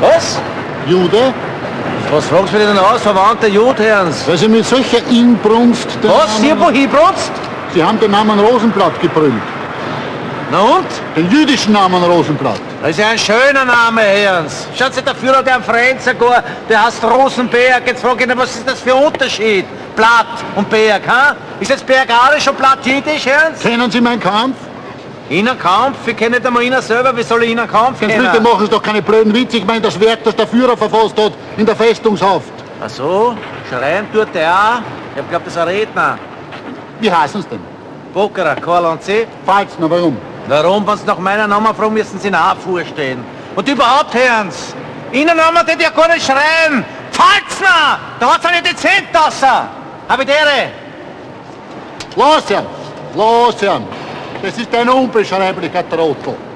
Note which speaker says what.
Speaker 1: Was?
Speaker 2: Jude,
Speaker 1: Was fragst du mich denn aus, verwandter Judherrns?
Speaker 2: weil Sie mit solcher Inbrunst den
Speaker 1: Was? Hier,
Speaker 2: Namen,
Speaker 1: wo hinbrotzt?
Speaker 2: Sie haben den Namen Rosenblatt gebrüllt.
Speaker 1: Na und?
Speaker 2: Den jüdischen Namen Rosenblatt.
Speaker 1: Das ist ja ein schöner Name, Herrens. Schaut sich der Führer, der am Freund sogar, der heißt Rosenberg. Jetzt frage ich ihn, was ist das für ein Unterschied? Blatt und Berg, ha? Ist jetzt Berg arisch und Blatt jüdisch, Herrens?
Speaker 2: Kennen Sie meinen Kampf?
Speaker 1: Inner Kampf? Ich kenne nicht einmal Inner selber, wie soll ich Inner Kampf
Speaker 2: Jetzt
Speaker 1: kennen?
Speaker 2: bitte machen Sie doch keine blöden Witze. Ich meine das Werk, das der Führer verfasst hat in der Festungshaft.
Speaker 1: Ach so, schreien tut der auch. Ich hab glaubt, das ist ein Redner.
Speaker 2: Wie heißen Sie denn?
Speaker 1: Bokerer, Karl und Sie.
Speaker 2: Falls, um. na warum?
Speaker 1: Warum, wenn Sie nach meiner Namen fragen, müssen Sie nach vorstehen. Und überhaupt, Herrens, Ihnen haben wir ja gar nicht schreien. Pfalzner, da hat's eine dezent draußen. Habitäre.
Speaker 2: Los, Herrn! Los, Herrn! Das ist eine Unbeschreiblichkeit, Trottel.